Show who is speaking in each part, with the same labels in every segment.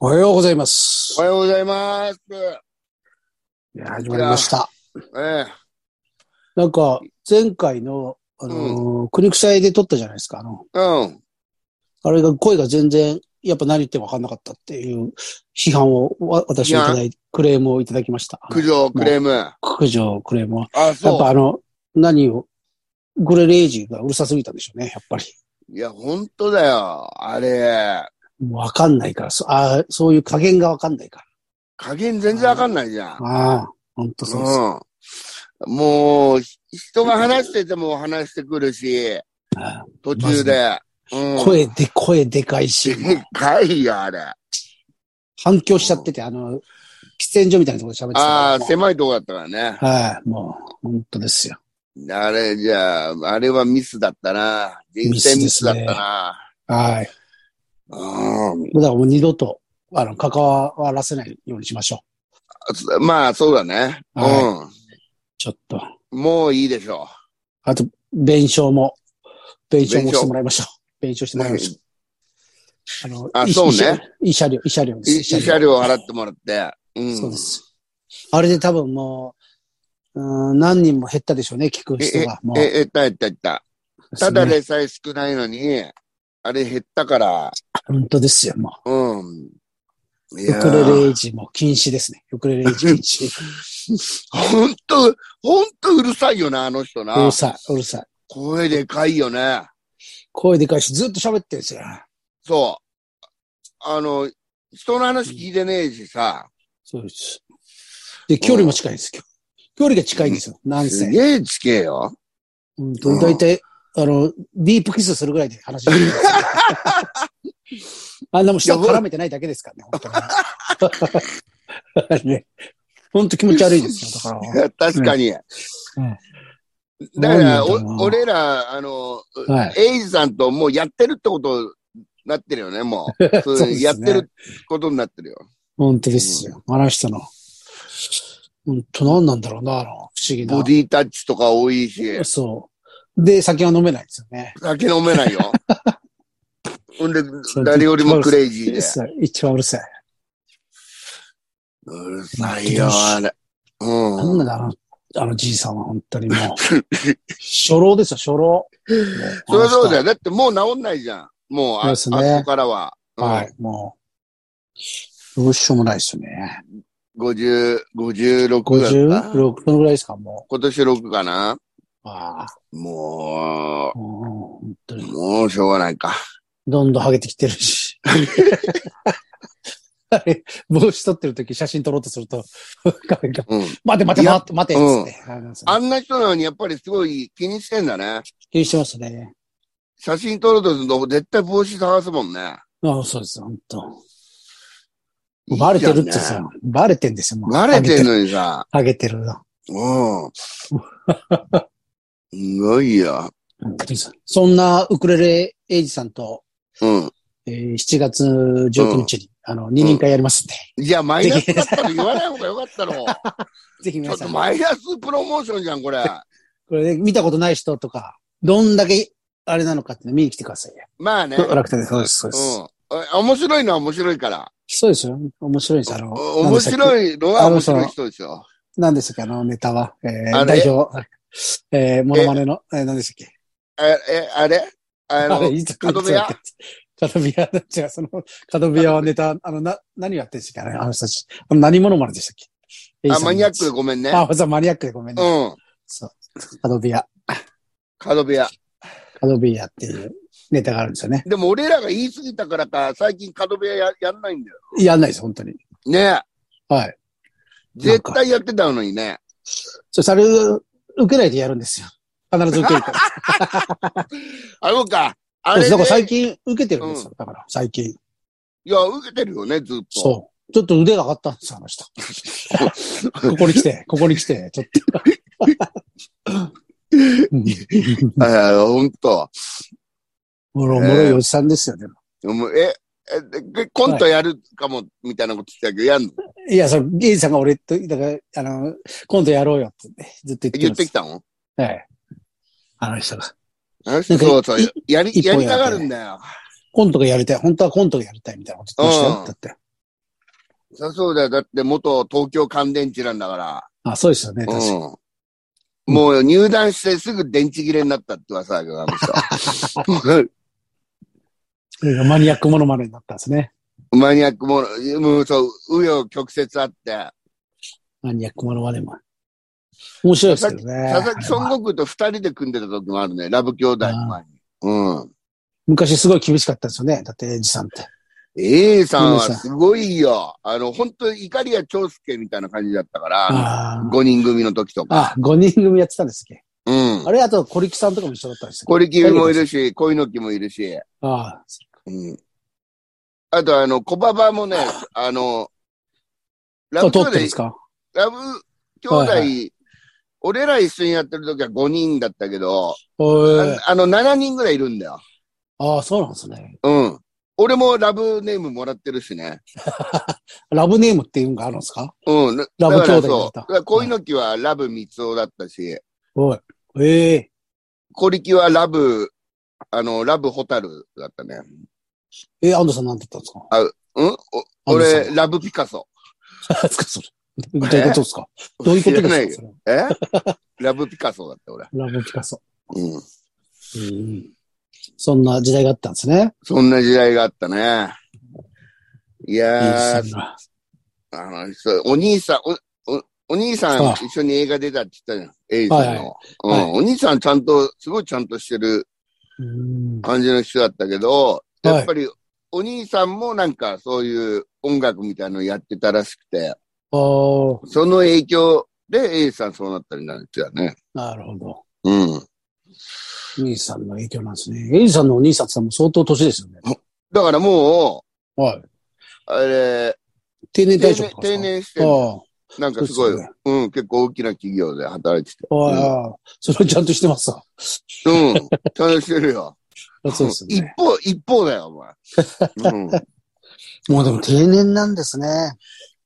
Speaker 1: おはようございます
Speaker 2: お。はようございます。
Speaker 1: いや始まりました。
Speaker 2: ええ、
Speaker 1: なんか、前回の、あのー国臭いで撮ったじゃないですか。あの、
Speaker 2: うん。
Speaker 1: あれが声が全然、やっぱ何言っても分かんなかったっていう批判をわ私はいただいクレームをいただきました。
Speaker 2: 苦情、クレーム。あ、
Speaker 1: 苦情、クレームは。やっぱ
Speaker 2: そ
Speaker 1: あの、何を、グレレージがうるさすぎたんでしょうね、やっぱり。
Speaker 2: う。いや、本当だよ。あれ、
Speaker 1: もう分かんないから、そあーそういう加減が分かんないか
Speaker 2: 加減全然わかんないじゃ
Speaker 1: ら。
Speaker 2: ん。
Speaker 1: ああ、ほんとそうです。
Speaker 2: うん。もう、ひ人が話してても話してくるし、
Speaker 1: あ
Speaker 2: 途中で。うん。
Speaker 1: 声で、声でかいし。
Speaker 2: でかいよ、あれ。あ
Speaker 1: 反響しちゃってて、あの、喫煙所みたいなところで喋ってたから。
Speaker 2: あー、狭いとこだったからね。
Speaker 1: はい、もう、本当ですよ。
Speaker 2: あれ、じゃあ、あれはミスだったな。人生ミスだったな。
Speaker 1: はい。
Speaker 2: うん。
Speaker 1: だからもう二度と、あの、関わらせないようにしましょう。
Speaker 2: まあ、そうだね。
Speaker 1: はちょっと。
Speaker 2: うん。もういいでしょう。
Speaker 1: あと、弁償も、弁償もしてもらいましょう。弁償してもらいましょう。あの、
Speaker 2: あ
Speaker 1: い
Speaker 2: そうね。
Speaker 1: 慰謝料、慰謝料です。
Speaker 2: い慰謝料を払ってもらって。うん。
Speaker 1: そうです。あれで多分もう、うん、何人も減ったでしょうね、聞く人が。もう、
Speaker 2: え、えった、えった、えった。ただでさえ少ないのに、あれ減ったから、
Speaker 1: 本当ですよ、もう。
Speaker 2: うん。
Speaker 1: ウ
Speaker 2: いや
Speaker 1: クレレ
Speaker 2: ー、
Speaker 1: ージも禁止ですね。ウクレレージ禁止。
Speaker 2: ほんと、ほんとうるさいよ な、あの人
Speaker 1: う
Speaker 2: な
Speaker 1: る。さい、うるさい。
Speaker 2: 声でかいよね。
Speaker 1: 声でかいし、ずっと喋ってるんですよ。
Speaker 2: そう。あの、人の話聞いてねえしさ、
Speaker 1: そうです。で、距離も近いんです、よ距離が近いんですよ。なん
Speaker 2: す
Speaker 1: せ。
Speaker 2: げえつけよ。
Speaker 1: うんと、大体、あの、ディープキスするぐらいで話してるんですよ あんなもん下絡めてないだけですからね、本当にね。本当気持ち悪いですよ、だ
Speaker 2: いや確かに。だ
Speaker 1: な
Speaker 2: か
Speaker 1: んだ
Speaker 2: ら、
Speaker 1: ろうな
Speaker 2: お俺ら、あの、
Speaker 1: から。はい。
Speaker 2: エイジさんともうやってるってことになってるよね、も う。そう
Speaker 1: そうですね
Speaker 2: やってることになってるよ。
Speaker 1: 本当ですよ。あの人の。本当何なんだろうな、あの、不思議な
Speaker 2: ボ。ディタッチとか多いし、
Speaker 1: そう。で、酒は飲めないんですよね。
Speaker 2: 酒飲めないよ。 ほんで
Speaker 1: そう、
Speaker 2: 誰よりもクレイジーで。
Speaker 1: 一番うるさい。
Speaker 2: うるさいよ、あれ。
Speaker 1: な
Speaker 2: うんん。
Speaker 1: なんだ、あの、あのじいさんは本当に もう。初老ですよ、初老。
Speaker 2: そりゃそうだ
Speaker 1: よ。
Speaker 2: よ。だってもう治んないじゃん。もう、あ、あ
Speaker 1: そ
Speaker 2: そう
Speaker 1: ですね
Speaker 2: こからは。うん
Speaker 1: はい、もう。どうしようもないですよね。
Speaker 2: 50、56だった。
Speaker 1: 56分ぐらいですか、も
Speaker 2: 今年6かな
Speaker 1: う。ああ、
Speaker 2: も
Speaker 1: もう本当
Speaker 2: う、
Speaker 1: に。
Speaker 2: もうしょうがないか。
Speaker 1: どんどんハゲてきてる し。あれ帽子取ってる時写真撮ろうとすると、 なんか
Speaker 2: うん。
Speaker 1: 待て待て
Speaker 2: いや
Speaker 1: 待て待てっつって。あれなんですよ
Speaker 2: あ
Speaker 1: ね
Speaker 2: んな人なのにやっぱりすごい気にしてんだね。
Speaker 1: 気にしてますね。
Speaker 2: 写真撮ろうとすると絶対帽子探すもんね。
Speaker 1: ああそうです、本当バレてるって
Speaker 2: いいじゃんね
Speaker 1: さ、バレてんですよ、もう。
Speaker 2: バレて
Speaker 1: る
Speaker 2: んのにさ。
Speaker 1: ハゲてるの。
Speaker 2: うん。すごいよ。
Speaker 1: そんなウクレレエイジさんと、
Speaker 2: うん。
Speaker 1: えー7月19日に、あの、二人会やりますんで、
Speaker 2: じゃあマイナスだったら言わない方がよ かったろ。
Speaker 1: ぜひ
Speaker 2: ちょ
Speaker 1: 皆
Speaker 2: っ
Speaker 1: さ
Speaker 2: と
Speaker 1: ん、
Speaker 2: マイナスプロモーションじゃん、これ。
Speaker 1: これ、ね、見たことない人とか、どんだけ、あれなのかっていうの見に来てくださいよ。
Speaker 2: まあね。うん。
Speaker 1: 楽天で、そうです、そう
Speaker 2: お面白いのは面白いから。
Speaker 1: そうですよ。面白いです。あの、
Speaker 2: お面白
Speaker 1: い。
Speaker 2: いのは面白い人でしょ。
Speaker 1: 何でしたっけ、あのネタは。えー、
Speaker 2: あれ
Speaker 1: 代表、えー、モノマネの、えー、何でしたっけ。
Speaker 2: あえ、あれあ
Speaker 1: あれ、
Speaker 2: の、
Speaker 1: いつ
Speaker 2: 角部屋
Speaker 1: 角部屋違う、その、角部屋はネタ、あの、な、何をやってんですかね、あの人たち。あの何者まででしたっけ
Speaker 2: あ、マニアックで
Speaker 1: ク。
Speaker 2: ごめんね。
Speaker 1: あ、そう、マニアックでごめん
Speaker 2: う
Speaker 1: ね。
Speaker 2: ん。
Speaker 1: そう。角部屋、
Speaker 2: 角部屋。
Speaker 1: 角部屋っていうネタがあるんですよね。
Speaker 2: でも俺らが言い過ぎたからか、最近角部屋ややんないんだよ。
Speaker 1: やんないです、本当に。
Speaker 2: ね
Speaker 1: はい。
Speaker 2: 絶対やってたのにね。
Speaker 1: そう、それ、受けないでやるんですよ。必ず受けるから。
Speaker 2: あ、そうか。 あ
Speaker 1: そう
Speaker 2: れ
Speaker 1: で
Speaker 2: ね、
Speaker 1: すだから最近受けてるんですよ。だから、最近。
Speaker 2: いや、受けてるよね、ずっと。
Speaker 1: そう。ちょっと腕が上がったんですよ、あの人。ここに来て、ここに来て、ちょっと。うん
Speaker 2: えー、ほんと。
Speaker 1: もろ、もろいおじさんですよ、でも。
Speaker 2: もうえ、えでコントやるかも、みたいなこと言ってたけど、やんの
Speaker 1: いや、その、ゲイさんが俺と、だから、あの、今度やろうよって、ね、ずっと言
Speaker 2: 言
Speaker 1: っ
Speaker 2: ってて
Speaker 1: る
Speaker 2: きたの
Speaker 1: た。はい。あの人が。
Speaker 2: あの
Speaker 1: な
Speaker 2: 人
Speaker 1: んか
Speaker 2: そうそう
Speaker 1: い。
Speaker 2: やり、
Speaker 1: 一
Speaker 2: や
Speaker 1: 本
Speaker 2: り
Speaker 1: や
Speaker 2: た
Speaker 1: って
Speaker 2: がるんだよ。
Speaker 1: コントがやりたい。本当はコントがやりたいみたいなこと言ってましたよ。
Speaker 2: うん
Speaker 1: だって。
Speaker 2: そりゃそうだよ。だって元東京乾電池なんだから。
Speaker 1: あ、そうですよね、確かに。
Speaker 2: うん。もう入団してすぐ電池切れになったって噂だけど、あの 人
Speaker 1: マニアックモノマネになったんですね。
Speaker 2: マニアックも、もうそう、紆余曲折あって、
Speaker 1: マニアックモノマネも。面白いですけどね。
Speaker 2: 佐々木孫悟空と二人で組んでた時もあるね。ラブ兄弟の前に。うん。
Speaker 1: 昔すごい厳しかったですよね。だって、エイジさんって。
Speaker 2: A さんはすごいよ。あの、本当に怒りや長介みたいな感じだったから、
Speaker 1: あ
Speaker 2: 5人組の時と
Speaker 1: あ。あ
Speaker 2: か。、
Speaker 1: 5人組やってたんですっけ
Speaker 2: うん。
Speaker 1: あれ、あと、小力さんとかも一緒だったんです
Speaker 2: 小力もい
Speaker 1: る。
Speaker 2: るし、小猪木もいるし。
Speaker 1: あ
Speaker 2: うん。あと、あの、小ババもね、あの、ラ
Speaker 1: あ。
Speaker 2: ブ
Speaker 1: 撮
Speaker 2: 兄
Speaker 1: ってる
Speaker 2: 弟
Speaker 1: んです、か
Speaker 2: ラブ兄弟、
Speaker 1: はいは
Speaker 2: 俺ら一緒にやってる時は5人だったけど、
Speaker 1: お
Speaker 2: あ
Speaker 1: ー
Speaker 2: あの、7人ぐらいいるんだよ。
Speaker 1: ああ、そうなんですね。
Speaker 2: うん。俺もラブネームもらってるしね。
Speaker 1: ラブネームっていうのがあるんですか
Speaker 2: うん。だ
Speaker 1: ラブ兄弟だった
Speaker 2: そう。だから小猪木はラブ三つだったし、
Speaker 1: おい。ええ
Speaker 2: 小力はラブ、あの、ラブホタルだったね。
Speaker 1: ええ、安藤さんなんて言ったんですか
Speaker 2: うんお
Speaker 1: 安藤
Speaker 2: 俺、
Speaker 1: さん
Speaker 2: ラブピカソ。
Speaker 1: 何ですかそれ。どういうことですかどういうこと
Speaker 2: 知らない
Speaker 1: で
Speaker 2: よ
Speaker 1: すかそれ
Speaker 2: えラブピカソだった、俺。
Speaker 1: ラブピカソ。
Speaker 2: うん。
Speaker 1: うん。そんな時代があったんですね。
Speaker 2: そんな時代があったね。い
Speaker 1: いいで
Speaker 2: やー、
Speaker 1: すね。
Speaker 2: あの、そうお兄さん、お、お、お兄さ
Speaker 1: は
Speaker 2: ん
Speaker 1: い
Speaker 2: 一緒に映画出たって言ったじゃん。エイジさんの。う
Speaker 1: はいはい
Speaker 2: ん。お兄さんちゃんと、すごいちゃんとしてる
Speaker 1: うん。
Speaker 2: 感じの人だったけど、
Speaker 1: はい
Speaker 2: やっぱり、お兄さんもなんかそういう音楽みたいなのやってたらしくて、
Speaker 1: あー
Speaker 2: その影響でエイジさんそうなったりなんですよね。
Speaker 1: なるほど。
Speaker 2: うん。
Speaker 1: 兄さんの影響なんですね。エイジさんのお兄さんってもう相当年ですよね。
Speaker 2: だからも
Speaker 1: はい。
Speaker 2: う、あれ、
Speaker 1: 定年退
Speaker 2: 定
Speaker 1: 職と
Speaker 2: 年
Speaker 1: かです
Speaker 2: 定
Speaker 1: か
Speaker 2: 年して、
Speaker 1: ああ。
Speaker 2: なんかすご
Speaker 1: そう
Speaker 2: い、う
Speaker 1: です
Speaker 2: ん、結構大きな企業で働いてて。
Speaker 1: ああ、それちゃんとしてますわ。
Speaker 2: うん、楽してるよ。
Speaker 1: そうですよ
Speaker 2: 一
Speaker 1: ね。
Speaker 2: 方、一方だよ、お前。うん。
Speaker 1: もうでも定年なんですね。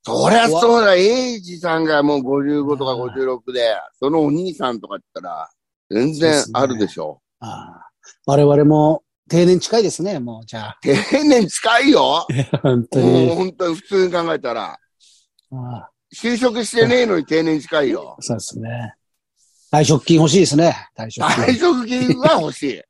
Speaker 2: そりゃそうだ、エイジさんがもう55とか56で、そのお兄さんとかって言ったら、全然あるでしょ。
Speaker 1: ああ我々も定年近いですね、もう、じゃあ。
Speaker 2: 定年近いよ。
Speaker 1: 本当
Speaker 2: もう
Speaker 1: に。
Speaker 2: 本当に普通に考えたら、
Speaker 1: ああ
Speaker 2: 就職してねえのに定年近いよ。
Speaker 1: そうですね。退職金欲しいですね。退職
Speaker 2: 退
Speaker 1: 金。
Speaker 2: 職金は欲しい。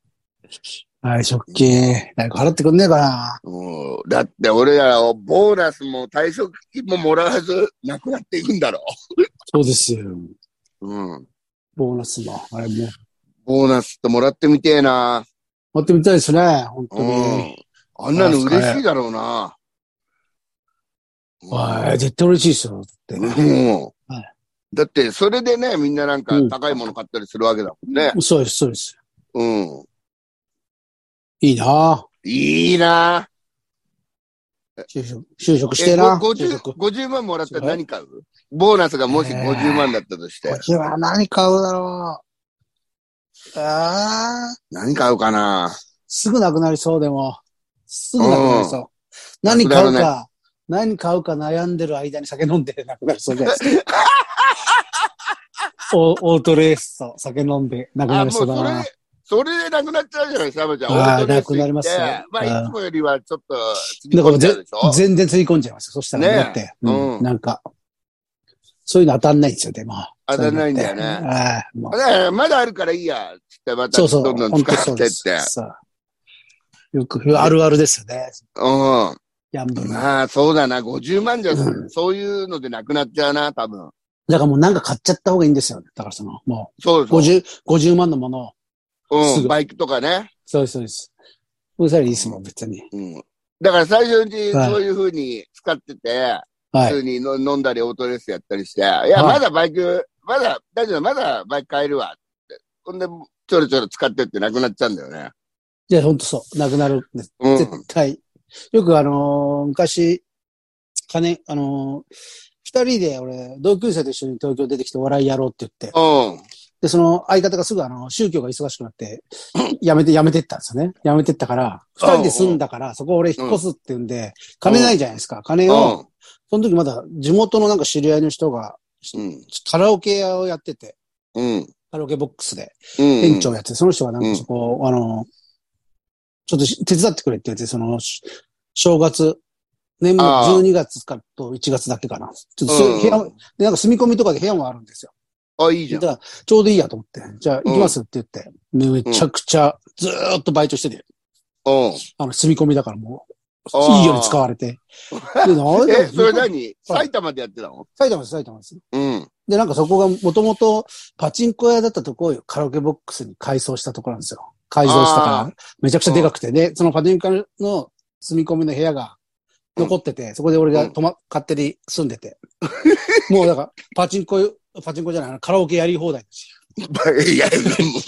Speaker 1: 退職金。誰か払ってくんねえかな。
Speaker 2: うんだって俺らはボーナスも退職金ももらわず、なくなっていくんだろ
Speaker 1: そうですよ。
Speaker 2: う。うん。
Speaker 1: ボーナスも。あれも。
Speaker 2: ボーナスってもらってみてえな。
Speaker 1: 持ってみたいですね。本当
Speaker 2: う
Speaker 1: に。
Speaker 2: ん。あんなの嬉しいだろうな。
Speaker 1: はい。絶対嬉しいですよ。だって
Speaker 2: うん
Speaker 1: は
Speaker 2: だって、それでね、みんななんか
Speaker 1: うん
Speaker 2: 高いもの買ったりするわけだもんね。
Speaker 1: そうです、そうです。
Speaker 2: うん。
Speaker 1: いいな。
Speaker 2: いいな
Speaker 1: 就職、就職して
Speaker 2: え
Speaker 1: えな。
Speaker 2: ご
Speaker 1: 就
Speaker 2: 50,
Speaker 1: 職。
Speaker 2: 50万もらったら何買うボーナスがもし
Speaker 1: えー
Speaker 2: 50万だったとして。
Speaker 1: こっちは何買うだろう。ああ、
Speaker 2: 何買うかな
Speaker 1: すぐなくなりそう、でも。すぐなくなりそう。何買う
Speaker 2: なくな
Speaker 1: か、何買うか悩んでる間に酒飲んでなくなりそうじゃないです か。おオートレースと酒飲んでなくな
Speaker 2: あ、もう
Speaker 1: りそうだ
Speaker 2: そ
Speaker 1: な
Speaker 2: れ。、それでなくなっちゃうじゃないサブちゃん。
Speaker 1: あー
Speaker 2: 俺とレース行って
Speaker 1: なくなりますよ
Speaker 2: ま
Speaker 1: あ
Speaker 2: あ、
Speaker 1: ー
Speaker 2: いつもよりはちょっと、
Speaker 1: だからぜ
Speaker 2: でしょ
Speaker 1: 全然つぎ込んじゃいますよそしたら
Speaker 2: ねえ
Speaker 1: ねだって、うん
Speaker 2: うん
Speaker 1: なんか、そういうの当たんないんですよ、でも。
Speaker 2: 当たんないんだよね
Speaker 1: そううのってああもう
Speaker 2: だからまだあるからいいや。つってまた
Speaker 1: そうそう、
Speaker 2: どんどん
Speaker 1: 本当
Speaker 2: 使
Speaker 1: そ
Speaker 2: っ
Speaker 1: う
Speaker 2: てっ
Speaker 1: で
Speaker 2: て
Speaker 1: す。。そうよく、あるあるですよね。
Speaker 2: うん。
Speaker 1: ギャンブルの。
Speaker 2: まあ、そうだな。50万じゃ、
Speaker 1: うん
Speaker 2: そういうのでなくなっちゃうな、多分。
Speaker 1: だからもうなんか買っちゃった方がいいんですよね。だからその、も
Speaker 2: そう
Speaker 1: う、
Speaker 2: そう。
Speaker 1: 50、50万のものを。
Speaker 2: う
Speaker 1: す
Speaker 2: ん、
Speaker 1: ぐ
Speaker 2: バイクとかね。
Speaker 1: そうです、そうです。うんさらいいですもん、別に。
Speaker 2: うん。だから最初に
Speaker 1: はい
Speaker 2: そういう風に使ってて、
Speaker 1: は
Speaker 2: 普
Speaker 1: い。
Speaker 2: 通にの飲んだりオートレースやったりして、いや、
Speaker 1: はい
Speaker 2: まだバイク、まだ、大丈夫、まだバイク買えるわって。ほんで、ちょろちょろ使ってってなくなっちゃうんだよね。
Speaker 1: じゃあほんとそう、なくなるんです。
Speaker 2: うん。
Speaker 1: 絶対。よくあのー昔、金、あのー二人で俺、同級生と一緒に東京出てきてお笑いやろうって言って、
Speaker 2: うん。
Speaker 1: で、その相方がすぐあの、宗教が忙しくなって、辞めて、辞めてったんですよね。辞めてったから、
Speaker 2: うん
Speaker 1: 二人で住んだから、そこ俺引っ越すって言うんで、金ないじゃないですか。金を、その時まだ地元のなんか知り合いの人が、
Speaker 2: うん。
Speaker 1: カラオケ屋をやってて、
Speaker 2: うん。
Speaker 1: カラオケボックスで、
Speaker 2: うん。
Speaker 1: 店長やってて、その人がなん
Speaker 2: う
Speaker 1: か
Speaker 2: ん
Speaker 1: そこ、あの、ちょっとし手伝ってくれって言って、その、し正月、年末
Speaker 2: ああ
Speaker 1: 12月かと1月だけかな。ちょっとそういう部屋も、でなんか住み込みとかで部屋もあるんですよ。
Speaker 2: あ、いいじゃ
Speaker 1: だ
Speaker 2: ん
Speaker 1: か。ら、ちょうどいいやと思って、じゃあ行きますって言って、でめちゃくちゃずーっとバイトしてて、
Speaker 2: うん。
Speaker 1: あの、住み込みだからもう、
Speaker 2: ああ
Speaker 1: いいように使われて。 で、なん
Speaker 2: え、
Speaker 1: で
Speaker 2: それ何埼玉でやってたの
Speaker 1: 埼玉です、埼玉です。
Speaker 2: うん。
Speaker 1: で、なんかそこがもともとパチンコ屋だったとこをカラオケボックスに改装したとこなんですよ。改造したか
Speaker 2: あ
Speaker 1: ら、めちゃくちゃでかくて、で、そのパチンコ屋の住み込みの部屋が残ってて、そこで俺が泊ま、勝手に住んでて。もうだから、パチンコ、パチンコじゃないあの、カラオケやり放題ですよ。
Speaker 2: いや、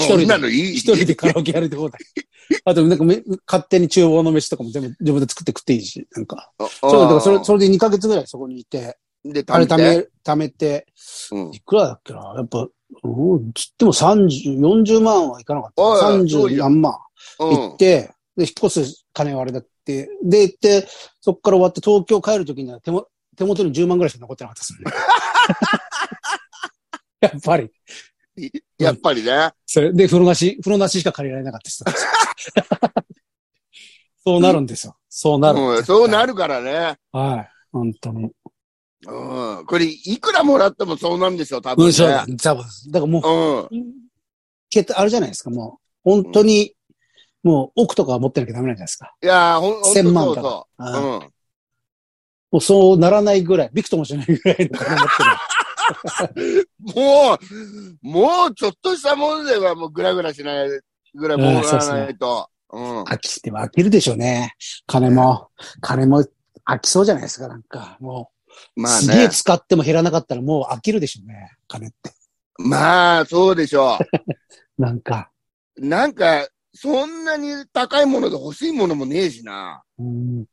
Speaker 2: そんなのいい。
Speaker 1: 一人でカラオケやり放題。 あと、なんかめ、勝手に厨房の飯とかも全部自分で作って食っていいし、なんか。
Speaker 2: そ
Speaker 1: そう、だからそれ、それで2ヶ月ぐらいそこにいて、
Speaker 2: で、
Speaker 1: あ
Speaker 2: 食
Speaker 1: れ
Speaker 2: べ
Speaker 1: 貯
Speaker 2: て。
Speaker 1: め、貯めて、
Speaker 2: うん。
Speaker 1: いくらだっけなやっぱ、うん、つっても30、40万はいかなかった。
Speaker 2: おいそう
Speaker 1: 30
Speaker 2: じゃ
Speaker 1: 何万
Speaker 2: う
Speaker 1: 行って、で、引っ越す金はあれだって。で、行って、そっから終わって東京帰るときには手も手元に10万ぐらいしか残ってなか ったですね。やっぱり。
Speaker 2: ん。やっぱりね。
Speaker 1: それで、風呂なし、風呂なししか借りられなかったです。そうなるんですよ。そうなる。
Speaker 2: うんそうなるからね。
Speaker 1: はい。本当に。
Speaker 2: うん。これ、いくらもらってもそうなんですよ、多
Speaker 1: う
Speaker 2: 分
Speaker 1: ん、
Speaker 2: ね。
Speaker 1: そうだ。多分だからもう、
Speaker 2: うん。
Speaker 1: けあれじゃないですか、もう。本当に、もう奥とかは持ってなきゃダメなんじゃないですか。
Speaker 2: いやー、ほん、ほん
Speaker 1: 1000万
Speaker 2: と
Speaker 1: だ
Speaker 2: そ
Speaker 1: あー
Speaker 2: うそう。
Speaker 1: もうそうならないぐらい、びくともしないぐらいの 金持ってる。
Speaker 2: うん。もう、もうちょっとしたものではもうグラグラしないぐらいもらわないと。うん。
Speaker 1: 飽きては飽きるでしょうね。金も、金も飽きそうじゃないですか、なんか。もう、
Speaker 2: まあ
Speaker 1: すげえ
Speaker 2: ね。
Speaker 1: 使っても減らなかったらもう飽きるでしょうね、金って。
Speaker 2: まあ、そうでしょ
Speaker 1: なんか。
Speaker 2: う。なんか、そんなに高いもので欲しいものもねえしな。
Speaker 1: うん。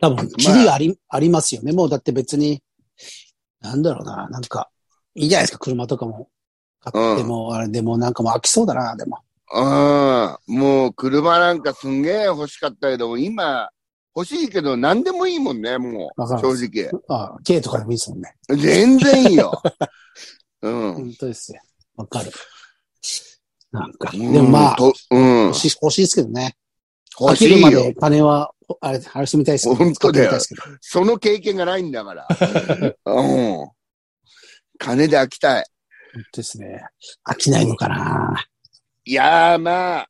Speaker 1: 多分、キリがあり、ありますよね。もうだって別に、なんだろうな、なんか、いいじゃないですか、車とかも。買っても、あれでもなんかもう飽きそうだな、でも。
Speaker 2: うん。もう、車なんかすんげえ欲しかったけど、今、欲しいけど何でもいいもんね、もう
Speaker 1: わか。る
Speaker 2: 正直。
Speaker 1: ああ、K とかでもいいですもんね。
Speaker 2: 全然いいよ。うん。
Speaker 1: 本当ですよ。わかる。なんか、
Speaker 2: う
Speaker 1: で
Speaker 2: ん
Speaker 1: もまあ、
Speaker 2: とうん
Speaker 1: 欲。しい、欲しいですけどね。飽
Speaker 2: 欲
Speaker 1: き
Speaker 2: し
Speaker 1: る
Speaker 2: い
Speaker 1: ま
Speaker 2: よ
Speaker 1: で。金は、おあれ、あれしてみたいですけど。
Speaker 2: 本当だよ
Speaker 1: 使ってみたいです
Speaker 2: その経験がないん だから。うん。金で飽きたい。
Speaker 1: けど。本当ですね。飽きないのかない
Speaker 2: やー、ま あ。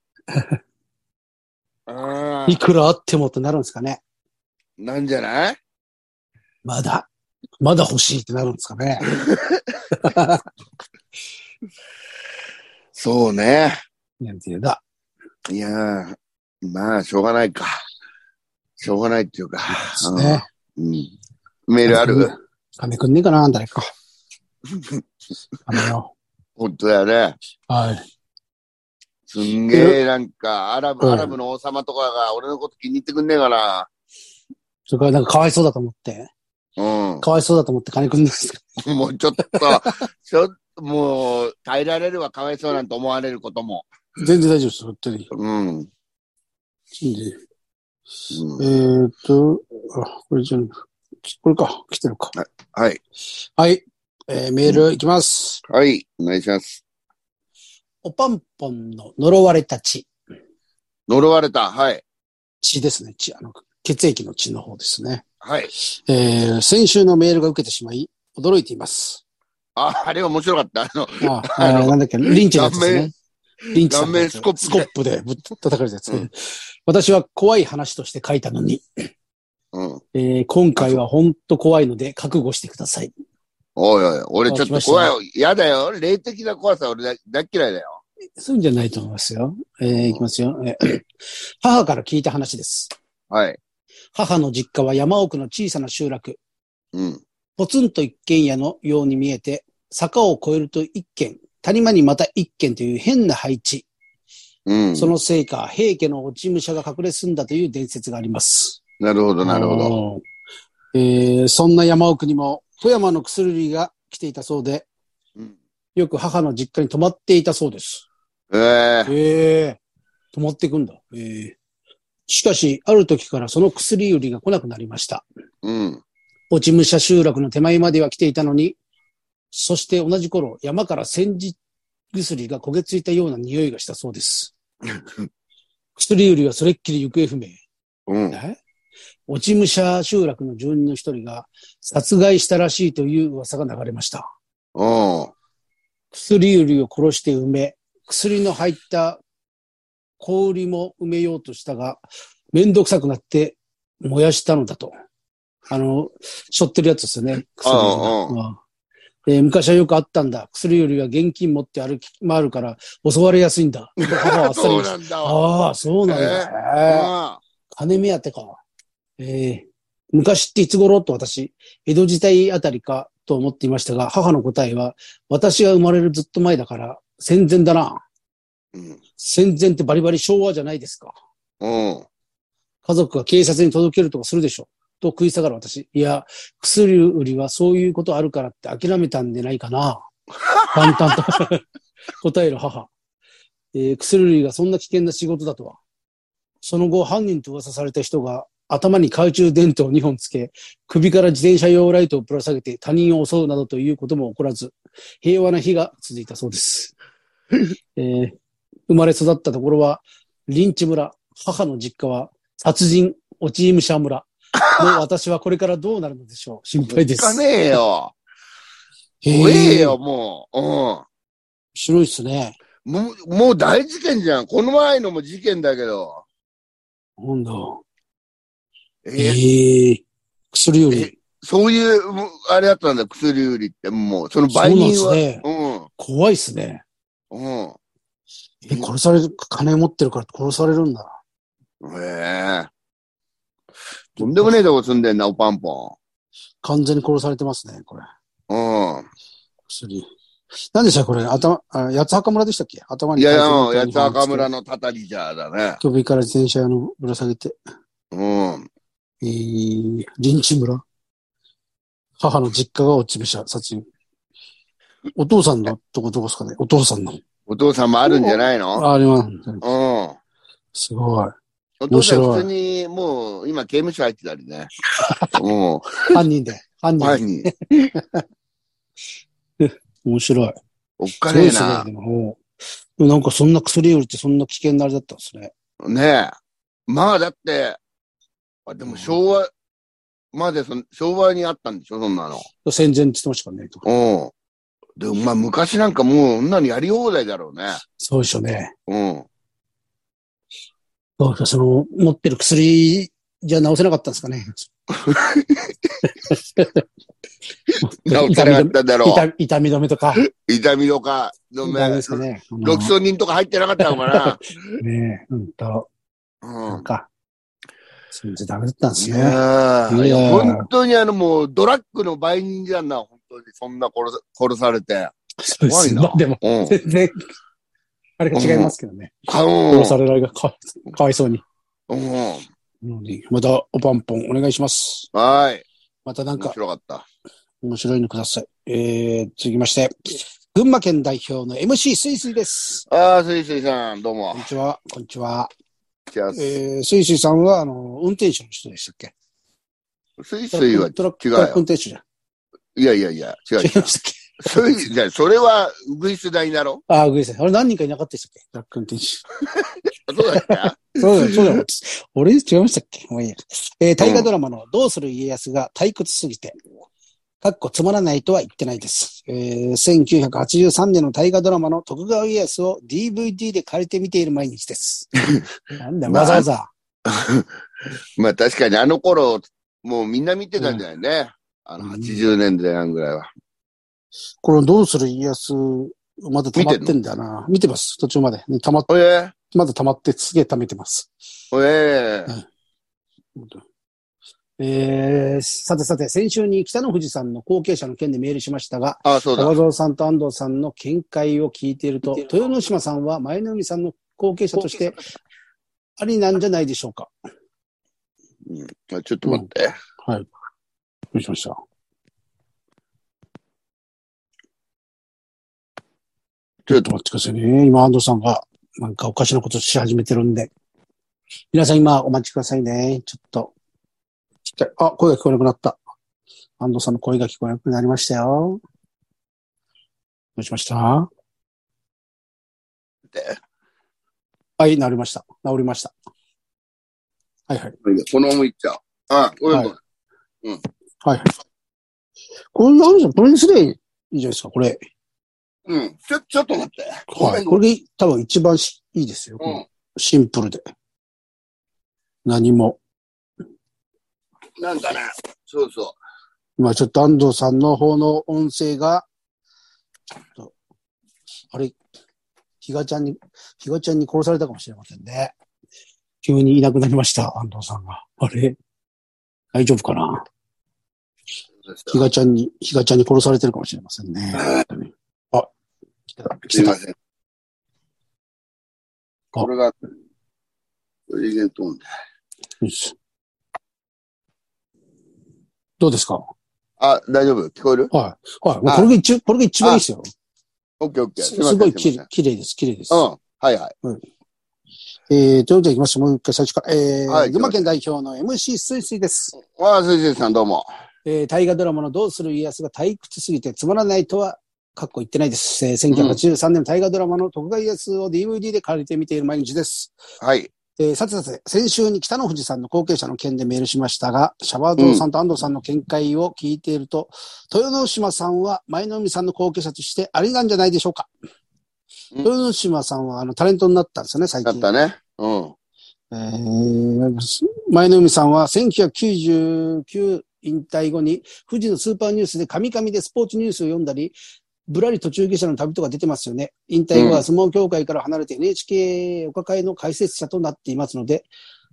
Speaker 2: あ
Speaker 1: いくらあってもとなるんですかね。
Speaker 2: なんじゃない
Speaker 1: まだ、まだ欲しいってなるんですかね。
Speaker 2: そうね。
Speaker 1: なんていうだ。
Speaker 2: いやー、まあ、しょうがないか。しょうがないっていうか。
Speaker 1: ですね。
Speaker 2: うん、メールある
Speaker 1: 金くんねえかな誰か。 金よ。
Speaker 2: 本当だよね。
Speaker 1: はい。
Speaker 2: すんげえ、なんか、アラブ、
Speaker 1: うん
Speaker 2: アラブの王様とかが俺のこと気に入ってくんねえかな。
Speaker 1: それからなんかかわいそうだと思って、
Speaker 2: う
Speaker 1: かわいそうだと思って金くんですか
Speaker 2: ん。もうちょっと、 ちょっと、もう、耐えられるわ、かわいそうなんて思われることも。
Speaker 1: 全然大丈夫です、本当に。
Speaker 2: うん。うん
Speaker 1: えーっと、あ、これじゃん。これか、来てるか。
Speaker 2: はい。
Speaker 1: はい。えーメールいきます。
Speaker 2: はい。お願いします。
Speaker 1: おぱんぽんの呪われた血。
Speaker 2: 呪われた。はい。
Speaker 1: 血ですね。血、あの、血液の血の方ですね。
Speaker 2: はい。
Speaker 1: えー先週のメールが受けてしまい、驚いています。
Speaker 2: あ、あれ面白かった。あの、
Speaker 1: あ、あのなんだっけ、リンチのやつですね。リンチさんのやつ
Speaker 2: 顔面スコッ
Speaker 1: スコップでぶっ叩かれたやつ、
Speaker 2: うん
Speaker 1: 私は怖い話として書いたのに、
Speaker 2: うん。
Speaker 1: えー今回は本当怖いので覚悟してください。
Speaker 2: おいおい、俺ちょっ
Speaker 1: あ
Speaker 2: と
Speaker 1: 来ま
Speaker 2: 怖
Speaker 1: し
Speaker 2: い
Speaker 1: た
Speaker 2: よ。嫌だよ。霊的な怖さ俺だ大っ嫌いだよ。
Speaker 1: そういうんじゃないと思いますよ。えーいきますよ。えー 母から聞いた話です。
Speaker 2: はい。
Speaker 1: 母の実家は山奥の小さな集落、
Speaker 2: うん。
Speaker 1: ポツンと一軒家のように見えて、坂を越えると一軒、谷間にまた一軒という変な配置。
Speaker 2: うん。
Speaker 1: そのせいか、平家の落ち武者が隠れ住んだという伝説があります。
Speaker 2: なるほど、なるほど。
Speaker 1: ど。えーそんな山奥にも、富山の薬売りが来ていたそうで、
Speaker 2: うん
Speaker 1: よく母の実家に泊まっていたそうです。
Speaker 2: ええ
Speaker 1: ええ泊まっていくんだ。ええしかし、ある時からその薬売りが来なくなりました。
Speaker 2: うん。
Speaker 1: 落ち武者集落の手前までは来ていたのに、そして同じ頃、山から煎じ薬が焦げついたような匂いがしたそう です。薬売りはそれっきり行方不明。
Speaker 2: うん。
Speaker 1: え落ち武者集落の住人の一人が殺害したらしいという噂が流れました。
Speaker 2: うん。
Speaker 1: 薬売りを殺して埋め、薬の入った氷も埋めようとしたが、めんどくさくなって燃やしたのだと。あの、しょってるやつですよね。薬売りが
Speaker 2: うんう
Speaker 1: うんで昔はよくあったんだ。薬売りは現金持って歩き回るから襲われやすいん だ。母はあっさり
Speaker 2: そ
Speaker 1: し
Speaker 2: う
Speaker 1: た
Speaker 2: なんだわ。
Speaker 1: ああ、そうなんだ。へえ
Speaker 2: あ
Speaker 1: 金目当てか。ええ昔っていつ頃と私、江戸時代あたりかと思っていましたが、母の答えは、私が生まれるずっと前だから、戦前だな。
Speaker 2: うん。
Speaker 1: 戦前ってバリバリ昭和じゃないですか。
Speaker 2: うん。
Speaker 1: 家族が警察に届けるとかするでしょ。と食い下がる私。いや、薬売りはそういうことあるからって諦めたんでないかな。簡単と答える母。えー薬売りがそんな危険な仕事だとは。その後、犯人と噂された人が頭に懐中電灯を2本つけ、首から自転車用ライトをぶら下げて他人を襲うなどということも起こらず、平和な日が続いたそうです。えー生まれ育ったところは、臨地村、母の実家は殺人、落ち武者村の私はこれからどうなるのでしょう心配で
Speaker 2: 行か
Speaker 1: す。
Speaker 2: ねえよ。
Speaker 1: へ
Speaker 2: 怖え
Speaker 1: ー
Speaker 2: よ、もう。うん。
Speaker 1: 白いっすね。
Speaker 2: もう、もう大事件じゃん。この前のも事件だけど。
Speaker 1: なんだ。
Speaker 2: え
Speaker 1: ええ薬よ
Speaker 2: え
Speaker 1: り。
Speaker 2: そういう、もうあれだったんだ、薬売りって、もう、その
Speaker 1: そうな
Speaker 2: 売
Speaker 1: んで
Speaker 2: 人
Speaker 1: す
Speaker 2: は。
Speaker 1: ね。怖いっすね。
Speaker 2: うん。うん。
Speaker 1: え、殺される、金持ってるから殺されるんだ。
Speaker 2: ええとんでもねえとこ住んでんな、おパンポ
Speaker 1: 完全に殺されてますね、これ。
Speaker 2: ン。
Speaker 1: 薬。何でしたこれ頭、あ、八つ墓村でしたっけ頭
Speaker 2: うん。
Speaker 1: に。
Speaker 2: いやいや、うん八つ赤村。のたたりじゃだね。
Speaker 1: 首から自転車のぶら下げて。
Speaker 2: うん。
Speaker 1: えー、臨地村。母の実家が落ち武者、殺人。お父さんのとこどこですかねお父さんの。
Speaker 2: お父さんもあるんじゃないの
Speaker 1: あ、あります。
Speaker 2: うん。お
Speaker 1: すごい。
Speaker 2: 父さん
Speaker 1: 面白い
Speaker 2: 普通に、もう、今、刑務所入ってたり ね。うん。
Speaker 1: 犯人で。犯人
Speaker 2: 前
Speaker 1: で。
Speaker 2: に、
Speaker 1: 面白い。
Speaker 2: おっかねえ
Speaker 1: すごい
Speaker 2: な
Speaker 1: ですね。でもでもなんかそんな薬売りってそんな危険なあれだったんですね。
Speaker 2: ねえ。まあ、だって、あでも昭和、までその、昭和にあったんでしょ、そんなの。
Speaker 1: 戦前って言ってましたからね。
Speaker 2: うん。で、まあ、昔なんかもう、女にやり放題だろうね。
Speaker 1: そうでしょうね。
Speaker 2: うん。
Speaker 1: そうですその、持ってる薬じゃ治せなかったんですかね。
Speaker 2: 治さなかったんだろ
Speaker 1: 痛み痛み止めとか。
Speaker 2: う。痛みとか、の
Speaker 1: ダメ
Speaker 2: め
Speaker 1: です、かね。あの
Speaker 2: ロキソニンとか入ってなかったのか
Speaker 1: ねえ、うんと、
Speaker 2: な。
Speaker 1: な
Speaker 2: うん
Speaker 1: ん。か、それじゃダメだったんです
Speaker 2: い
Speaker 1: ね。
Speaker 2: やー
Speaker 1: いやー
Speaker 2: 本当にあのもう、ドラッグの売人じゃんな、本当に。そんな殺さ殺されて。
Speaker 1: そうで
Speaker 2: 怖い
Speaker 1: す。
Speaker 2: な
Speaker 1: まあでも、
Speaker 2: うん。
Speaker 1: 全然、あれが違いますけどね。
Speaker 2: か
Speaker 1: 殺されないがかわいかわいそうに。
Speaker 2: うん。うん。
Speaker 1: なのでまた、おパンポンお願いします。
Speaker 2: はい。
Speaker 1: またなん
Speaker 2: 面
Speaker 1: か、
Speaker 2: 白かった。
Speaker 1: 面白いのください。えー、続きまして、群馬県代表の MC スイスイです。
Speaker 2: ああ、スイスイさん、どうも
Speaker 1: こんに。ちは、こんにちは。
Speaker 2: じゃあ、
Speaker 1: えー、スイスイさんは、あの、運転手の人でしたっけ
Speaker 2: スイスイは、
Speaker 1: トラッ
Speaker 2: 違
Speaker 1: クト
Speaker 2: うよ
Speaker 1: ラック運転手じゃん。
Speaker 2: いやいやいや、違う
Speaker 1: 違い
Speaker 2: 違う
Speaker 1: ま。したっけ
Speaker 2: スイスイ、じゃあそれは、ウグイス大だろ
Speaker 1: あー、ごめんなさい。あれ何人かいなかったでしたっけトラック運転手。
Speaker 2: あそうだっ け
Speaker 1: そうだよ、そうだよ。俺、違いましたっけもういいや。えー大河ドラマのどうする家康が退屈すぎて、かっこつまらないとは言ってないです。えー1983年の大河ドラマの徳川家康を DVD で借りて見ている毎日 です。なんだよ、
Speaker 2: まあ
Speaker 1: わざわざ。
Speaker 2: まあ確かにあの頃、もうみんな見てたんじゃないね。あの、80年代半ぐらいは。
Speaker 1: このどうする家康、まだ溜まってんだよな。見てます、途中まで。溜まっ、
Speaker 2: おえ
Speaker 1: まだ溜まって、すげえ溜めてます。
Speaker 2: おえ
Speaker 1: えーさてさて、先週に北の富士山の後継者の件でメールしましたが、
Speaker 2: あ、そうだ。
Speaker 1: 高蔵さんと安藤さんの見解を聞いていると、豊ノ島さんは前の海さんの後継者としてありなんじゃないでしょうか。
Speaker 2: うんちょっと待って。
Speaker 1: はい。どうしましたちょっと待ってくださいね。今、安藤さんがなんかおかしなことし始めてるんで。皆さん今お待ちくださいね。ちょっと。ちょっとあ、声が聞こえなくなった。安藤さんの声が聞こえなくなりましたよ。どうしました
Speaker 2: で
Speaker 1: はい、治りました。治りました。はいはい。
Speaker 2: このままいっちゃあ、ごめん
Speaker 1: はい
Speaker 2: ごめん。
Speaker 1: はい。これ、あるじゃん、プリンスレイいいじゃないですか、これ。
Speaker 2: うん。ちょ、ちょっと待って。ご
Speaker 1: は
Speaker 2: め
Speaker 1: い。
Speaker 2: んご
Speaker 1: こ
Speaker 2: めん。
Speaker 1: れが多分一番しいいですよ。
Speaker 2: うん。
Speaker 1: シンプルで。何も。
Speaker 2: なんかね、そうそ
Speaker 1: 今ちょっと安藤さんの方の音声が、ちょっと、あれ、ひがちゃんに、ひがちゃんに殺されたかもしれませんね。急にいなくなりました、安藤さんが。あれ大丈夫かな
Speaker 2: う。そうです
Speaker 1: ひ
Speaker 2: よ
Speaker 1: がちゃんに、ひがちゃんに殺されてるかもしれませんね。あ、来てた、来て
Speaker 2: すい
Speaker 1: た
Speaker 2: ま。せん。これが、これで飛んだ
Speaker 1: よしどうですか
Speaker 2: あ、大丈夫聞こえる
Speaker 1: はい。はい。もう
Speaker 2: あ
Speaker 1: これが一、これが一番いいですよ。
Speaker 2: オッケーオッケー。
Speaker 1: す
Speaker 2: すいませ
Speaker 1: す
Speaker 2: ん
Speaker 1: ごい
Speaker 2: す
Speaker 1: き
Speaker 2: いま
Speaker 1: れ綺麗です、綺麗です。
Speaker 2: せんうん。はいはい。
Speaker 1: えー、ということでいきましょう。もう一回最初から。えー、
Speaker 2: はい
Speaker 1: 群馬県代表の MC スイスイです。
Speaker 2: わあ、すいせいさんどうも。
Speaker 1: えー、大河ドラマのどうする家康が退屈すぎてつまらないとは、かっこ言ってないです。えー、1983年大河ドラマの徳川家康を DVD で借りて見ている毎日です。
Speaker 2: はい。
Speaker 1: えーさてさて、先週に北の富士さんの後継者の件でメールしましたが、シャバーゾウさんと安藤さんの見解を聞いていると、豊ノ島さんは前の海さんの後継者としてありなんじゃないでしょうか。
Speaker 2: うん
Speaker 1: 豊ノ島さんはあのタレントになったんですよね、最
Speaker 2: だ
Speaker 1: 近。
Speaker 2: ったね。うん。
Speaker 1: えー前の海さんは1999引退後に富士のスーパーニュースで神々でスポーツニュースを読んだり、ぶらり途中下車の旅とか出てますよね。引退後は相撲協会から離れて NHK お抱えの解説者となっていますので、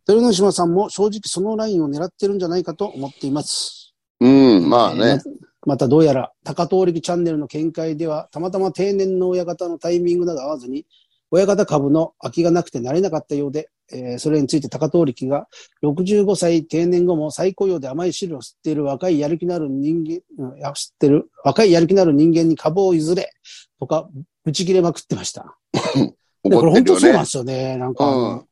Speaker 1: 豊ノ島さんも正直そのラインを狙ってるんじゃないかと思っています。
Speaker 2: うん、まあ
Speaker 1: えー
Speaker 2: ね
Speaker 1: ま。またどうやら、高遠力チャンネルの見解では、たまたま定年の親方のタイミングなど合わずに、親方株の空きがなくてなれなかったようで、えーそれについて高遠力が、65歳定年後も再雇用で甘い汁を吸っている若いやる気のある人間、うん、あ吸ってる、若いやる気のある人間に株を譲れ、とか、ぶち切れまくってました。でこれ本当そうなん
Speaker 2: 怒ってるよね
Speaker 1: で。すよね。なんかあの、
Speaker 2: うん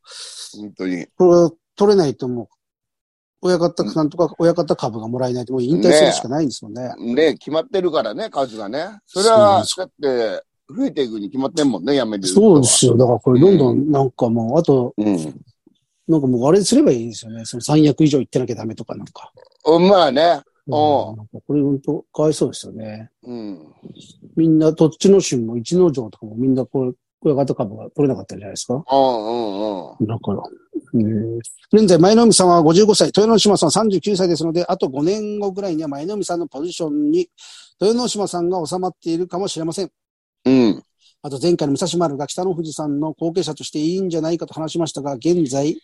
Speaker 2: 本当に。
Speaker 1: これ取れないともう、親方、なんとか親方株がもらえないと、もう引退するしかないんですもんね。
Speaker 2: ね、決まってるからね、数がね。それ
Speaker 1: そうなん
Speaker 2: は
Speaker 1: で、す
Speaker 2: だって、増えていくに決まってんもんね、やめる人
Speaker 1: そ
Speaker 2: は
Speaker 1: うですよ。だからこれどんどんなんかもう、あと、
Speaker 2: うん。
Speaker 1: なんかもうあれすればいいんですよね。その三役以上行ってなきゃダメとかなんか。
Speaker 2: うんまあね。
Speaker 1: うん
Speaker 2: おう
Speaker 1: なんかこれ本当かわいそうですよね。
Speaker 2: うん。
Speaker 1: みんな、どっちの州も一之城とかもみんなこれ、親方株が取れなかったんじゃないですか。
Speaker 2: うんうんうん。
Speaker 1: だから。えー現在、前の海さんは55歳、豊ノ島さんは39歳ですので、あと5年後ぐらいには前の海さんのポジションに、豊ノ島さんが収まっているかもしれません。
Speaker 2: うん。
Speaker 1: あと前回の武蔵丸が北の富士さんの後継者としていいんじゃないかと話しましたが、現在、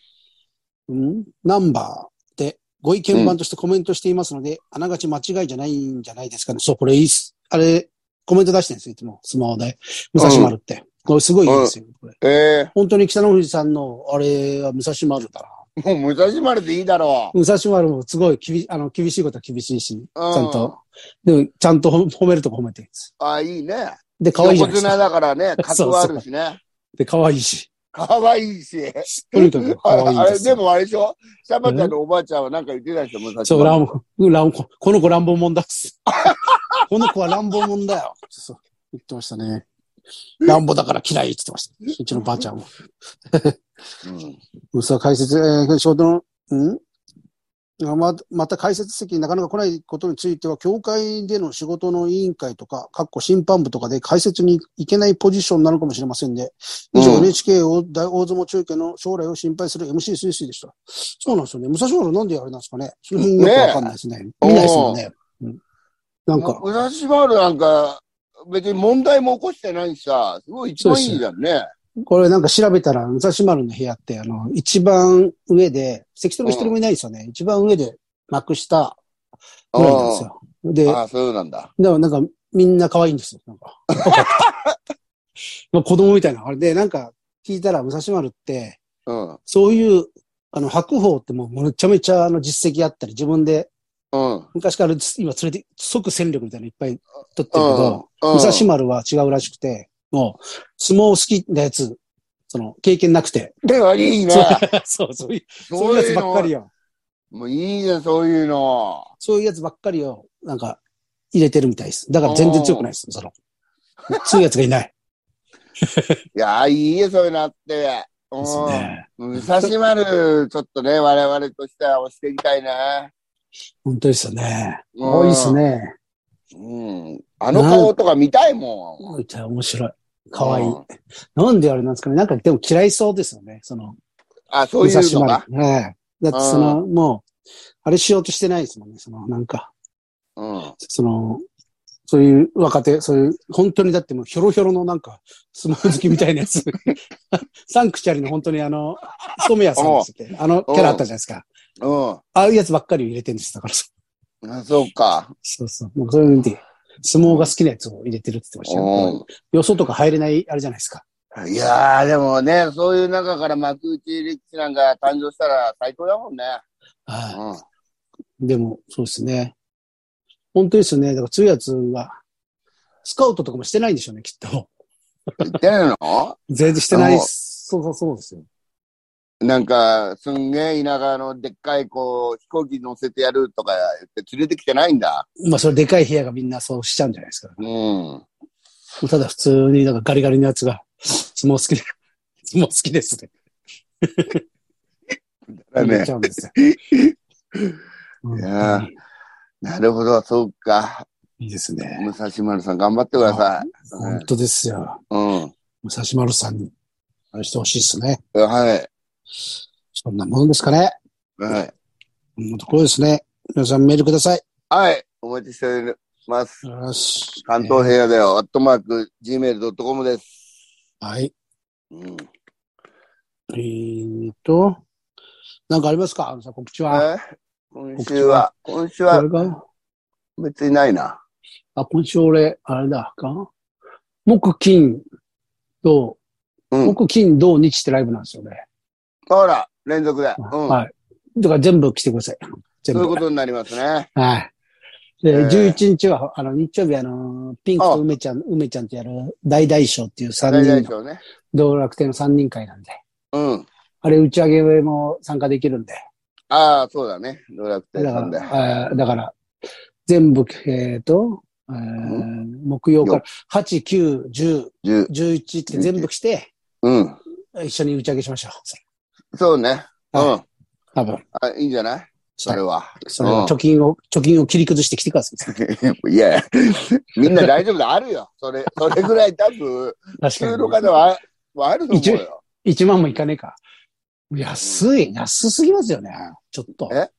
Speaker 1: んナンバーでご意見番としてコメントしていますので、あながち間違いじゃないんじゃないですかね。そう、これいいっす。あれ、コメント出してるんですよ、いつも。スマホで。武蔵丸って。これすごいいいですよ、これ。
Speaker 2: え
Speaker 1: 本当に北の富士さんの、あれは武蔵丸だな。
Speaker 2: えもう武蔵丸でいいだろう。
Speaker 1: 武蔵丸もすごい厳しあの厳しいことは厳しいし、ち
Speaker 2: ち
Speaker 1: ゃんと。。でも、ちゃんと褒褒めるとこ褒めてるんです。
Speaker 2: あ、いいね。
Speaker 1: で、可愛いじゃない
Speaker 2: 横
Speaker 1: です
Speaker 2: 綱
Speaker 1: か。
Speaker 2: だからね、
Speaker 1: そうそう
Speaker 2: 格はあるしね。
Speaker 1: で、可愛いし。
Speaker 2: 可愛いし。
Speaker 1: とにかく可愛い
Speaker 2: あ
Speaker 1: で
Speaker 2: れ、
Speaker 1: すよ
Speaker 2: で。もあれでしょシャバちゃんのおばあちゃんはなんか言ってたでしょ武蔵丸。
Speaker 1: そう、乱暴、乱暴、この子乱暴者だっす。 この子は乱暴者だよ。そう言ってましたね。乱暴だから嫌いって言ってました。うちのばあちゃんも。
Speaker 2: うん
Speaker 1: うんそう、解説、えー仕事の、んあままた解説席になかなか来ないことについては、協会での仕事の委員会とか、かっこ審判部とかで解説に行けないポジションなのかもしれませんね。以上、
Speaker 2: うん
Speaker 1: NHK を大大相撲中継の将来を心配する MC スイスイでした。そうなんですよね。武蔵丸なんであれなんですかね。その辺よくわかんないですね。見ないですもんね。うんなんか、
Speaker 2: 武蔵丸なんか、別に問題も起こしてないしさ、すごい一番いいじゃんね。
Speaker 1: これなんか調べたら、武蔵丸の部屋って、あの、一番上で、関取が一人もいないんですよね。一番上で、幕下ぐらいなんですよ。で、
Speaker 2: ああ、そうなんだ。
Speaker 1: だからなんか、みんな可愛いんですよ。なんか。まあ子供みたいな。あれで、なんか、聞いたら、武蔵丸って、
Speaker 2: うん。
Speaker 1: そういう、あの、白鵬ってもうめちゃめちゃ、あの、実績あったり、自分で、
Speaker 2: うん。
Speaker 1: 昔から今連れて、即戦力みたいなのいっぱい取ってるけど、
Speaker 2: 武
Speaker 1: 武蔵丸は違うらしくて、もう、相撲好きなやつ、その、経験なくて。
Speaker 2: ではいいね。
Speaker 1: そう、そういう、そ
Speaker 2: そ
Speaker 1: いう
Speaker 2: うう
Speaker 1: や
Speaker 2: い
Speaker 1: つ
Speaker 2: う
Speaker 1: ばっかり
Speaker 2: の。
Speaker 1: よ。
Speaker 2: もういいじゃん、そういうの。
Speaker 1: そういうやつばっかりを、なんか、入れてるみたいです。だから全然強くないです、その。そういうやつがいない。
Speaker 2: いや、いいよ、そういうのあって。う
Speaker 1: です
Speaker 2: うん
Speaker 1: ね。
Speaker 2: 武蔵丸、ちょっとね、我々としては押していきたいね。
Speaker 1: 本当ですよね。
Speaker 2: うん
Speaker 1: 多いです。ね。
Speaker 2: うん。あの顔とか見たいもん。
Speaker 1: おい面白い。かわいい
Speaker 2: うん。
Speaker 1: なんであれなんですかね。なんかでも嫌いそうですよね。その、
Speaker 2: あ、そういうのか。
Speaker 1: 丸。はい。だってその、もう、あれしようとしてないですもんね。その、なんか、
Speaker 2: うん。
Speaker 1: その、そういう若手、そういう、本当にだってもうひょろひょろのなんか、相撲好きみたいなや つ。サンクチャリの本当にあの、染谷さんでしたっけあのキャラあったじゃないですか。
Speaker 2: うん。
Speaker 1: ああいうやつばっかり入れてるんです。だからそう
Speaker 2: あそうか。
Speaker 1: そうそう。もうそういうので、相撲が好きなやつを入れてるって言ってましたよ。
Speaker 2: う
Speaker 1: 予想とか入れない、あれじゃないですか。
Speaker 2: ん。いやー、でもね、そういう中から幕内力士なんか誕生したら最高だもんね。
Speaker 1: は
Speaker 2: うん。
Speaker 1: い。でも、そうですね。本当ですよね。だから強いやつは、スカウトとかもしてないんでしょうね、きっ と。
Speaker 2: 言ってないの
Speaker 1: 全然してない
Speaker 2: あの
Speaker 1: そうそうそうですよ。
Speaker 2: なんか、すんげえ田舎のでっかい子を飛行機乗せてやるとか言って連れてきてないんだ。
Speaker 1: まあ、それでかい部屋がみんなそうしちゃうんじゃないですか。
Speaker 2: うん。
Speaker 1: ただ普通になんかガリガリのやつが、相撲好きで、 相撲好きですね。
Speaker 2: だ
Speaker 1: 入れ
Speaker 2: ね
Speaker 1: ち。ゃうんですよ。
Speaker 2: いやーなるほど、そうか。
Speaker 1: いいですね。
Speaker 2: 武蔵丸さん頑張ってください。
Speaker 1: 本当ですよ。
Speaker 2: うん。
Speaker 1: 武蔵丸さんに、あれしてほしいですね。
Speaker 2: はい。
Speaker 1: そんなものですかね。
Speaker 2: はい。
Speaker 1: こんなところですね。皆さんメールください。
Speaker 2: はい。お待ちしております。
Speaker 1: よし。
Speaker 2: 関東平野では、アットマーク、gmail.com です。
Speaker 1: はい。
Speaker 2: うん。
Speaker 1: えーっと、なんかありますかあのさ、告知は。
Speaker 2: え今週は、今週
Speaker 1: こ
Speaker 2: は
Speaker 1: れが
Speaker 2: 別にないな。
Speaker 1: あ、今週俺、あれだか木、金、土、
Speaker 2: うん。
Speaker 1: 木、金、土、日ってライブなんですよね。
Speaker 2: ほら、連続で。うん。
Speaker 1: はい。だから全部来てください。全
Speaker 2: そう
Speaker 1: 部。
Speaker 2: いうことになりますね。
Speaker 1: はい。で、
Speaker 2: えー
Speaker 1: 11日は、あの、日曜日、あの、ピンクと梅ちゃん、梅ちゃんとやる大大賞っていう
Speaker 2: 大
Speaker 1: 3
Speaker 2: 丈夫
Speaker 1: 人の、
Speaker 2: ね。
Speaker 1: 道楽亭の3人会なんで、
Speaker 2: うん。
Speaker 1: あれ打ち上げも参加できるんで、
Speaker 2: ああ、そうだね。ドラクテ
Speaker 1: だ
Speaker 2: さ
Speaker 1: か
Speaker 2: んで。
Speaker 1: ら、あーだから全部、えっ、と、えー木曜から8、9、10、
Speaker 2: 10。
Speaker 1: 11って全部来て、
Speaker 2: うん。
Speaker 1: 一緒に打ち上げしましょう。それ
Speaker 2: そうね。うん。
Speaker 1: は
Speaker 2: あ、
Speaker 1: 多分。
Speaker 2: いいんじゃないそれは。
Speaker 1: それは貯金を、貯金を切り崩してきてください。
Speaker 2: いやいや、みんな大丈夫だ。あるよ。それ、それぐらい 多分、
Speaker 1: 確
Speaker 2: 普通
Speaker 1: か
Speaker 2: の
Speaker 1: に。
Speaker 2: 方は、はあると思うよ。
Speaker 1: 1万もいかねえか。安い、安すぎますよね。ちょっと。
Speaker 2: え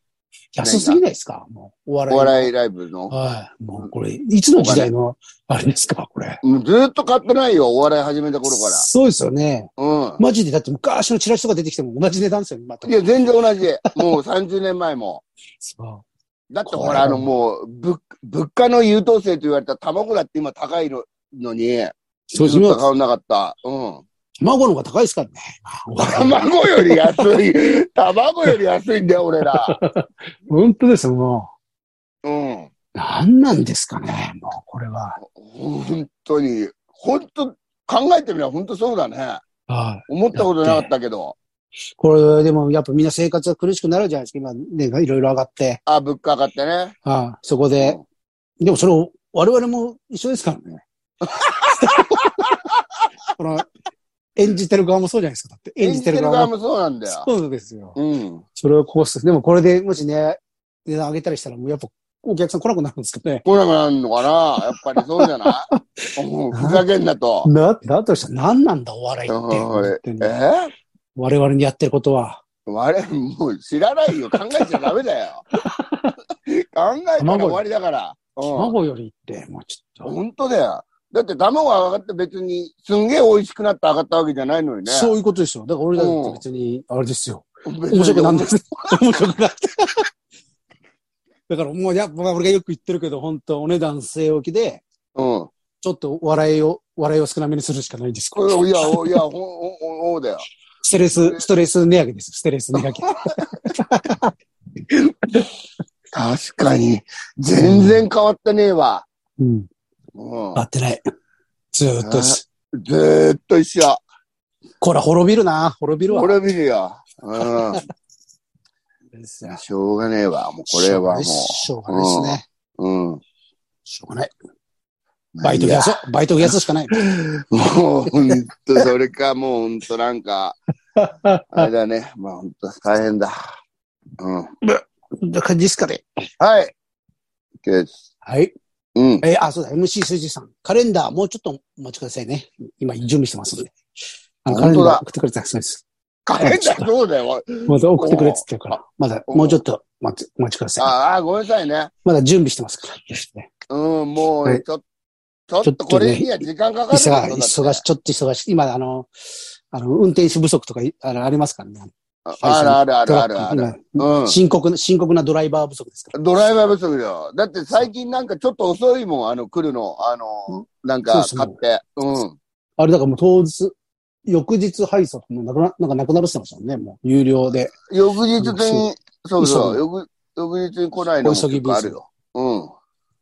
Speaker 1: 安すぎないですかもう、お笑い。
Speaker 2: お笑いライブの。
Speaker 1: はい。もうこれ、いつの時代の、あれですかこれ。
Speaker 2: もうずーっと買ってないよ。お笑い始めた頃から。
Speaker 1: そうですよね。
Speaker 2: う
Speaker 1: マジで、だって昔のチラシとか出てきても同じ値段ですよね、また
Speaker 2: ん。い。や、全然同じ。もう30年前も。
Speaker 1: そう
Speaker 2: だってほら、あのもう、物、物価の優等生と言われた卵だって今高いののに、ず
Speaker 1: そう
Speaker 2: っ
Speaker 1: です
Speaker 2: と買わなかった。うん。
Speaker 1: 卵の方が高いです からね。
Speaker 2: 卵より安 い。卵より安いんだよ、俺ら。
Speaker 1: 本当ですよ、も
Speaker 2: うん。
Speaker 1: う。何なんですかね、もう、これは。
Speaker 2: 本当に。本当、考えてみれば本当そうだね。
Speaker 1: は
Speaker 2: 思ったことなかったけど。
Speaker 1: い。これ、でも、やっぱみんな生活が苦しくなるじゃないですか。今、ね、いろいろ上がって。
Speaker 2: あ、物価上がってね。
Speaker 1: ああそこで。でも、それを、我々も一緒ですから ね。この、演じてる側もそうじゃないですか。だって、
Speaker 2: うん
Speaker 1: 演
Speaker 2: 演
Speaker 1: じ
Speaker 2: じ
Speaker 1: て
Speaker 2: て
Speaker 1: る
Speaker 2: る
Speaker 1: 側
Speaker 2: 側
Speaker 1: も。
Speaker 2: もそうなんだよ。
Speaker 1: そうですよ。
Speaker 2: うん。
Speaker 1: それはこうす。でも、これでもしね、値段上げたりしたら、もうやっぱ、お客さん来なくなるんですかね。
Speaker 2: 来なくなるのかなやっぱりそうじゃない うんふざけんなと。
Speaker 1: だ、だとしたら何なんだ、お笑いって本当に
Speaker 2: え。ー
Speaker 1: 我々にやってることは。
Speaker 2: 我々もう知らない よ。考えちゃダメだよ。考えたら終わりだから。うん
Speaker 1: 卵よりって、もうちょっと。
Speaker 2: 本当だよ。だって卵が上がって別にすんげえ美味しくなって上がったわけじゃないのにね。
Speaker 1: そういうことですよ。だから俺だって別に、あれですよ。
Speaker 2: 別に
Speaker 1: 面白くなんです。面白くなって。だからもう、やっぱ俺がよく言ってるけど、本当お値段据え置きで、
Speaker 2: うん。
Speaker 1: ちょっと笑いを、笑いを少なめにするしかないんです。
Speaker 2: これいや、おいや、ほん、お、お、おだよ。
Speaker 1: ステレス、ストレス値上げです。ステレス値 上げ。
Speaker 2: 確かに。全然変わってねえわ。
Speaker 1: うん。
Speaker 2: うん
Speaker 1: 合。ってない。ずーっとです。
Speaker 2: ずーっと一緒。
Speaker 1: これ滅びるな。滅びるわ。
Speaker 2: これ見るよ。 うん。
Speaker 1: ですよ
Speaker 2: しょうがねえわ。もうこれはも
Speaker 1: しょうがないしょうがないですね。
Speaker 2: う。うん。
Speaker 1: しょうがない。バイト増やそう。バイト増やすしかない。
Speaker 2: もう、ほんと、それか、もうほんとなんか、あれだね。まあ本当大変だ。うん。
Speaker 1: な感じですかね。
Speaker 2: はい。OK です。
Speaker 1: はい。
Speaker 2: うん。
Speaker 1: えーあ、そうだ、MC 数字さん。カレンダー、もうちょっとお待ちくださいね。今、準備してますんで。あの、カレ
Speaker 2: 本
Speaker 1: ン
Speaker 2: 当だ
Speaker 1: ダー送ってくれてたそうです。
Speaker 2: カレンダーそうだよ。
Speaker 1: まだ送ってくれって言ってるから。まだ、もうちょっと待ち、お待ちください。
Speaker 2: ああ、ごめんなさいね。
Speaker 1: まだ準備してますから。ですね
Speaker 2: うん、も
Speaker 1: は
Speaker 2: う、
Speaker 1: い
Speaker 2: ちょっと、ちょっとこれには時間かかる
Speaker 1: 忙
Speaker 2: から
Speaker 1: 忙し、ちょっと忙しい。今、あの、あの、運転手不足とかい、あのありますからね。
Speaker 2: あるあるあるあるあ
Speaker 1: トラッ
Speaker 2: る。
Speaker 1: ク
Speaker 2: うん
Speaker 1: 今、。深刻な、深刻なドライバー不足ですから。
Speaker 2: ドライバー不足だよ。だって最近なんかちょっと遅いもん、あの、来るの。あの、なんか
Speaker 1: そう
Speaker 2: 買
Speaker 1: そう
Speaker 2: って。うん。
Speaker 1: あれ、だからもう当日、翌日配送もうなくな、なんかなくなるって言ってましたもんね、もう。有料で。
Speaker 2: 翌日に、そうそ
Speaker 1: 急
Speaker 2: う。翌翌日に来ないのも
Speaker 1: お急ぎ
Speaker 2: 結
Speaker 1: 便
Speaker 2: 構あるよ。うん。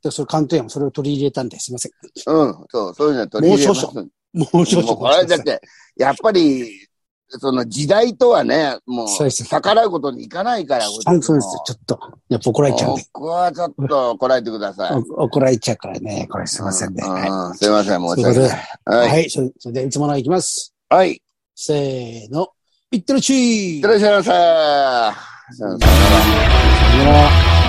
Speaker 1: で、それ、関東屋もそれを取り入れたんですいません。
Speaker 2: うん。そう、そういうのは取り入れますんで
Speaker 1: もうちょっ
Speaker 2: も
Speaker 1: と
Speaker 2: うこれだって、やっぱり、その時代とはね、もう、
Speaker 1: そうです
Speaker 2: 逆らうことにいかないから、
Speaker 1: あそうです。ちょっと、やっぱ怒られちゃうんで。
Speaker 2: 僕はちょっとこらえてください。
Speaker 1: お怒られちゃうからね。これすいませんね。
Speaker 2: う
Speaker 1: はい。
Speaker 2: んすいません、
Speaker 1: そ
Speaker 2: 申
Speaker 1: うい
Speaker 2: し
Speaker 1: うこと
Speaker 2: 訳
Speaker 1: で。
Speaker 2: ない。はい。はい。
Speaker 1: はい。それそれで、いつものいきます。
Speaker 2: はい、い
Speaker 1: せーの。いってらっしゃい
Speaker 2: ってらっしゃいませ。さよなら
Speaker 1: さよなら